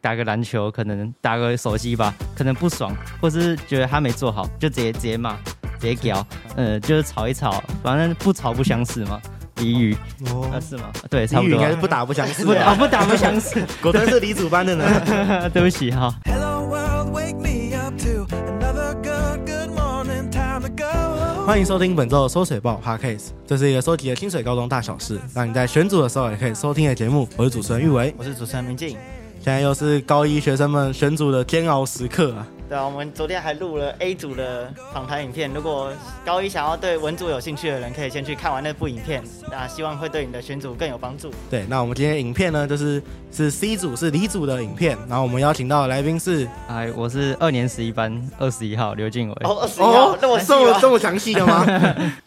打个篮球，可能打个手机吧，可能不爽，或是觉得他没做好，就直接直接骂，直接屌，呃，就是吵一吵，反正不吵不相识嘛。俚语哦 啊，是吗？对，差俚不语多应。该是不 打不相识不哦啊，打不打不相 识，果真是李主办的呢。对不起哈。 Hello world, wake me up to another good, good morning, time to go. 欢迎收听本周的《收水报》Podcast，这是一个收集了清水高中大小事，让你在选组的时候也可以收听的节目。我是主持人玉维，我是主持人明静。现在又是高一学生们选组的煎熬时刻啊！对啊，我们昨天还录了 A 组的访谈影片。如果高一想要对文组有兴趣的人，可以先去看完那部影片。那希望会对你的选组更有帮助。对，那我们今天的影片呢，就是是 C 组是李组的影片，然后我们邀请到的来宾是哎，我是二年十一班二十一号刘俊伟。哦，二十一号，那我这 么这希望么详细的吗？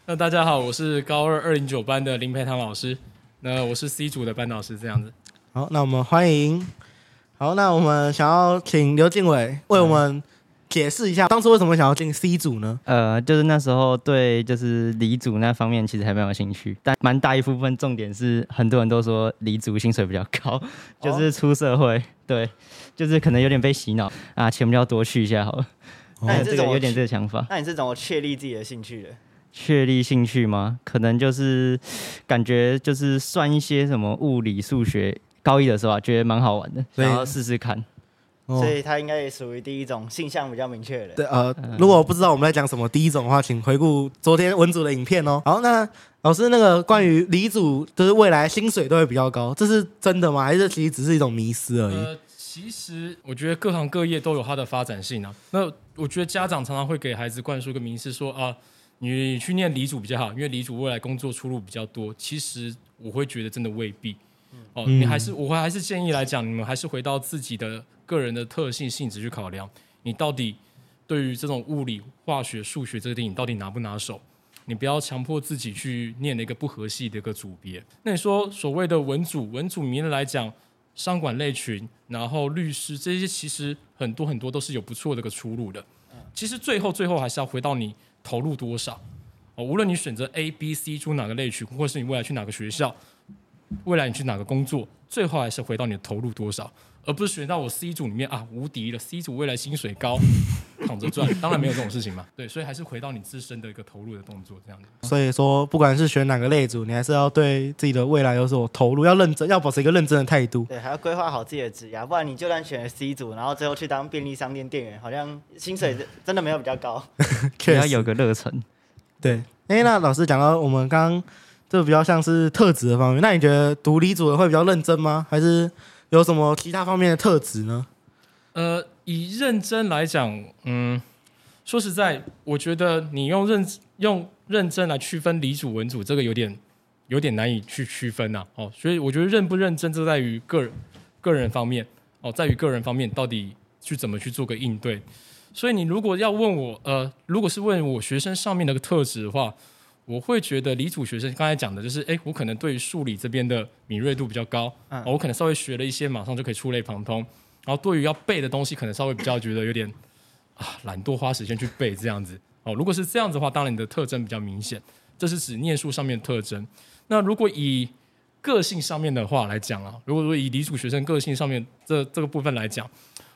那大家好，我是高二二零九班的林培堂老师，那我是 C 组的班导师，这样子。好，那我们欢迎。好，那我们想要请刘敬伟为我们解释一下，当初为什么想要进 C 组呢？呃，就是那时候对就是黎族那方面其实还蛮有兴趣，但蛮大一部分重点是很多人都说黎族薪水比较高，哦就是出社会、对，就是可能有点被洗脑啊，钱比较多去一下好了。那你哦这是个怎有么点这个想法，那你是怎么确立自己的兴趣的？确立兴趣吗？可能就是感觉就是算一些什么物理、数学，高一的时候啊，觉得蛮好玩的，所以然后试试看。哦所以他应该也属于第一种性向比较明确的人。对，呃，嗯如果不知道我们在讲什么第一种的话，请回顾昨天文组的影片哦。好，那老师那个关于理组，就是未来薪水都会比较高，这是真的吗？还是其实只是一种迷思而已？呃，其实我觉得各行各业都有它的发展性啊。那我觉得家长常常会给孩子灌输一个迷思，说啊，你去念理组比较好，因为理组未来工作出路比较多。其实我会觉得真的未必。哦，嗯你还是我会还是建议来讲，你们还是回到自己的个人的特性性质去考量，你到底对于这种物理、化学、数学这个电影到底拿不拿手？你不要强迫自己去念了一个不合系的一个组别。那你说所谓的文组，文组名来讲，商管类群，然后律师这些，其实很多很多都是有不错的一个出路的。其实最后最后还是要回到你投入多少哦，无论你选择 A、B、C 出哪个类群，或是你未来去哪个学校，未来你去哪个工作，最后还是回到你的投入多少，而不是选到我 C 组里面啊无敌了，C 组未来薪水高，躺着赚，当然没有这种事情嘛。对，所以还是回到你自身的一个投入的动作这样子。所以说，不管是选哪个类组，你还是要对自己的未来有所投入，要认真，要保持一个认真的态 度。对，还要规划好自己的职业，不然你就算选了 C 组，然后最后去当便利商店店员，好像薪水真的没有比较高。你确要实，有个热忱，对。哎，那老师讲到我们刚刚这比较像是特质的方面，那你觉得读理组的会比较认真吗？还是有什么其他方面的特质呢？呃，以认真来讲，嗯，说实在，我觉得你用认用认真来区分理主文主，这个有点有点难以去区分呐、哦，所以我觉得认不认真，这在于个人个人方面哦，在于个人方面到底去怎么去做个应对。所以你如果要问我，呃，如果是问我学生上面的特质的话，我会觉得理主学生刚才讲的就是，哎，我可能对于数理这边的敏锐度比较高，嗯哦，我可能稍微学了一些，马上就可以触类旁通。然后对于要背的东西，可能稍微比较觉得有点啊，懒惰花时间去背这样子。哦，如果是这样子的话，当然你的特征比较明显，这是指念书上面的特征。那如果以个性上面的话来讲啊，如果说以理主学生个性上面这这个部分来讲，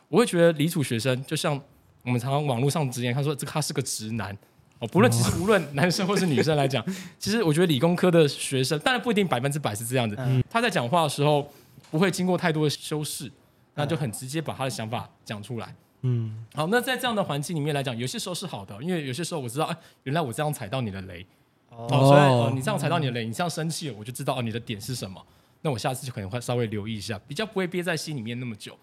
我会觉得理主学生就像我们常常网络上直言，他说这他是个直男。哦，不论其实无论男生或是女生来讲，其实我觉得理工科的学生，当然不一定百分之百是这样子。他在讲话的时候不会经过太多的修饰，那就很直接把他的想法讲出来。嗯，好，那在这样的环境里面来讲，有些时候是好的，因为有些时候我知道，哎、原来我这样踩到你的雷，哦，所以、哦、你这样踩到你的雷，你这样生气了，我就知道哦你的点是什么，那我下次就可能会稍微留意一下，比较不会憋在心里面那么久。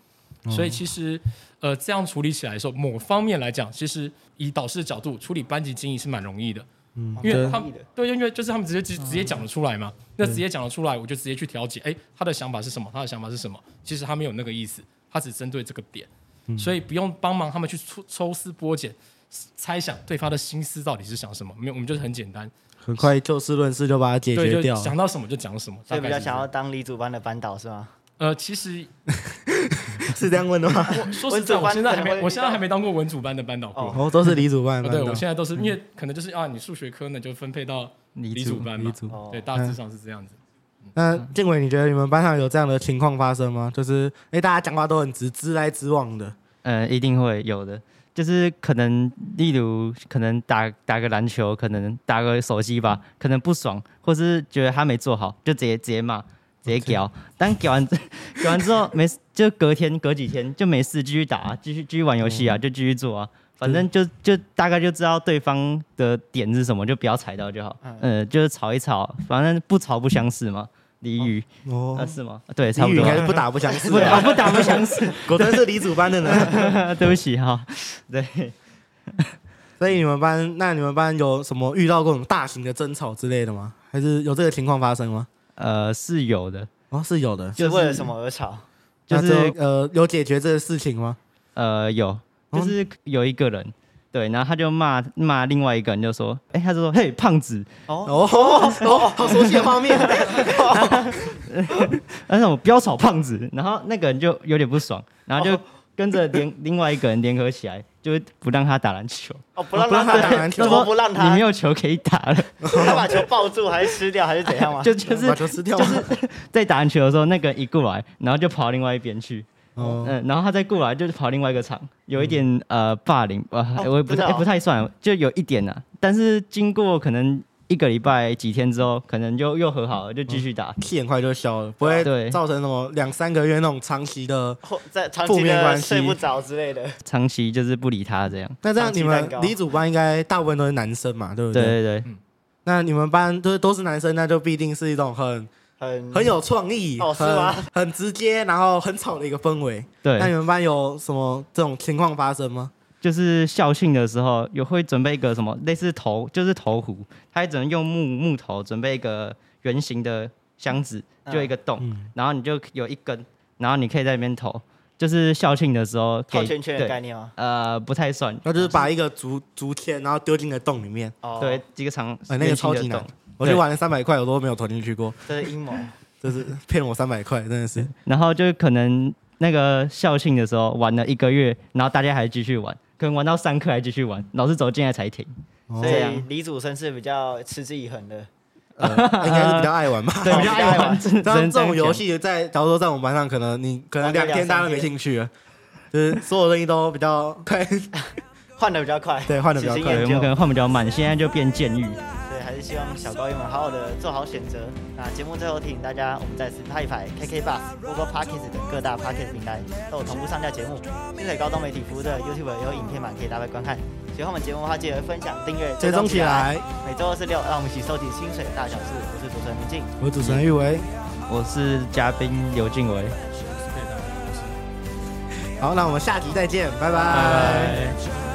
所以其实，呃，这样处理起来的时候，某方面来讲，其实以导师的角度处理班级经营是蛮容易的，嗯，因为他们对，因为就是他们直接直直接讲得出来嘛，嗯那直接讲得出来，我就直接去调解，哎，他的想法是什么？他的想法是什么？其实他没有那个意思，他只针对这个点，嗯所以不用帮忙他们去抽抽丝剥茧，猜想对方的心思到底是想什么。没有，我们就是很简单，很快就事论事就把它解对，决就掉。想到什么就讲什么。所以比大概较是这想样要当理主班的班导是吗？呃，其实 是这样问的吗？ 我说实文在，组班我现在还可能会没，遇到我现在还没当过文组班的班导过。哦，都是李主办啊的。对，我现在都是因为可能就是啊，你数学科呢就分配到黎理族组班李嘛，主哦对，大致上是这样子。那建伟，你觉得你们班上有这样的情况发生吗？就是哎、诶大家讲话都很直，直来直往的。呃，一定会有的。就是可能，例如可能打打个篮球，可能打个手机吧，嗯可能不爽，或是觉得他没做好，就直接直接骂， 直哦接屌。但屌完之屌完之后没事，就隔天隔几天就没事，继续 打，继续继续玩游戏啊，就继续做啊。嗯反正就就大概就知道对方的点是什么，就不要踩到就好。嗯呃，就是吵一吵，反正不吵不相识嘛。俚语啊哦，是吗？对，差俚不语应多。该是不打 不相识不打啊，不打不相 识，果真是李主班的呢。 对不起哈。对，所以你们班，那你们班有什么遇到过什么大型的争吵之类的吗？还是有这个情况发生吗？呃，是有的，哦，是有的。就是为了什么而吵？就是那最后呃，有解决这个事情吗？呃，有，哦就是有一个人，对，然后他就骂骂另外一个人，就说，哎、他就说，嘿，胖子，哦哦，好熟悉的画 面。那种不要吵胖子，然后那个人就有点不爽，然后就跟着 联、另外一个人联合起来，就是不让他打篮球，哦，不让不让他他打篮球就怎么说不让你他没？有球可以打了， 他把球抱住还是吃掉还是怎 样吗？就就是把球吃掉吗，在打篮球的时候，那个人一过来，然后就跑到另外一边去，哦，嗯，然后他再过来就是跑另外一个场，有一点、呃霸凌，呃，我也不真的太、嗯哦也不太算，就有一点呐、啊。但是经过可能一个礼拜几天之后，可能就又和好了，就嗯继续打。气很快就消了，不会对造成什么两三个月那种长期的。或在长负期面关的系睡不着之类的，长期就是不理他这样。那这样长期你们蛋糕李主班应该大部分都是男生嘛，对不对对？对对，那你们班都都是男生，那就必定是一种很很很有创意，嗯哦是吗很很直接，然后很吵的一个氛围。对那你们班有什么这种情况发生吗？就是校庆的时候有会准备一个什么类似头，就是头壶，他只能用木木头准备一个圆形的箱子，嗯就一个洞，然后你就有一根，然后你可以在那边投。就是校庆的时候给套圈圈的概对，念吗？呃，不太算，那就是把一个竹竹签，然后丢进了洞里面。哦，对，，几个长哎，那个超级圆形的难洞，我去玩了三百块，我都没有投进去过，这是阴谋。就是骗我三百块，真的是。然后就可能那个校庆的时候玩了一个月，然后大家还继续玩，可能玩到上课还继续玩，老师走进来才停。哦所这以样李祖生是比较持之以恒的，呃应该是比较爱玩 吧。 对，比较爱玩，只能当然，这种样讲游戏在，假如说在我们班上，可能你可能玩个两两天大家都没兴趣了，就是所有东西都比较 快，换的比较快，对换得比较喜新快对，厌我旧们可能换比较慢，现在就变监狱。对，还是希望小高一们好好的做好选择。那节目最后提醒大家，我们在 Spotify、KK Bus、Google Podcast 等各大 Podcast 平台都有同步上架节目。清水高中媒体服务的 YouTube 有影片版可以搭配观看。喜欢我们节目的话，记得分享、订阅、追踪起。来。每周二四六，让我们一起收集清水大小事。我是主持人明静，我主持人玉维，我是嘉宾刘敬伟。好，那我们下集再见，拜拜。哎 Thank